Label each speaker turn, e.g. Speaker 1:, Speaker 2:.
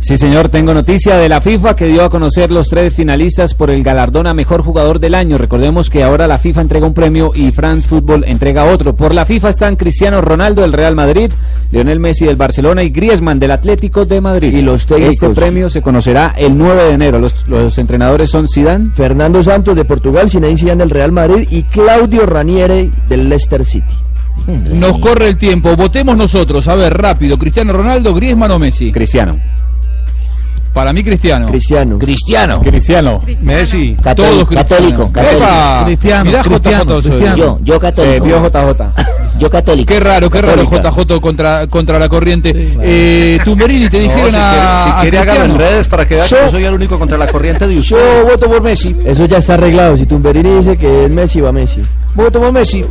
Speaker 1: Sí, señor, tengo noticia de la FIFA que dio a conocer los tres finalistas por el galardón a mejor jugador del año. Recordemos que ahora la FIFA entrega un premio y France Football entrega otro. Por la FIFA están Cristiano Ronaldo del Real Madrid, Lionel Messi del Barcelona y Griezmann del Atlético de Madrid.
Speaker 2: Y los técnicos.
Speaker 1: Este premio se conocerá el 9 de enero. Los, los entrenadores son Zidane,
Speaker 2: Fernando Santos de Portugal, Zinedine Zidane del Real Madrid y Claudio Ranieri del Leicester City.
Speaker 3: Nos corre el tiempo, votemos nosotros. A ver, rápido, Cristiano Ronaldo, Griezmann o Messi.
Speaker 1: Cristiano.
Speaker 3: Para mí Cristiano.
Speaker 2: Cristiano.
Speaker 4: Cristiano.
Speaker 5: Cristiano, Messi,
Speaker 3: Todos
Speaker 4: Católico. Católico.
Speaker 3: Cristiano. ¡Epa!
Speaker 5: Cristiano,
Speaker 3: Mirá,
Speaker 5: Cristiano,
Speaker 3: JJ soy.
Speaker 5: Cristiano.
Speaker 4: Yo, yo
Speaker 1: Se
Speaker 4: católico.
Speaker 1: vio JJ.
Speaker 4: Yo católico.
Speaker 3: Qué raro, qué raro
Speaker 4: Católica.
Speaker 3: JJ contra, contra la corriente. Eh, Tumberini, te
Speaker 6: No,
Speaker 3: dijeron
Speaker 6: si
Speaker 3: a.
Speaker 6: quiere, si
Speaker 3: a
Speaker 6: quiere hágalo en
Speaker 3: Cristiano.
Speaker 6: redes para que vea que
Speaker 2: Yo-
Speaker 6: yo soy el único contra la corriente de
Speaker 4: Yo
Speaker 6: ustedes.
Speaker 4: voto por Messi.
Speaker 2: Eso ya está arreglado. Si Tumberini dice que es Messi, va Messi.
Speaker 6: Voto por Messi.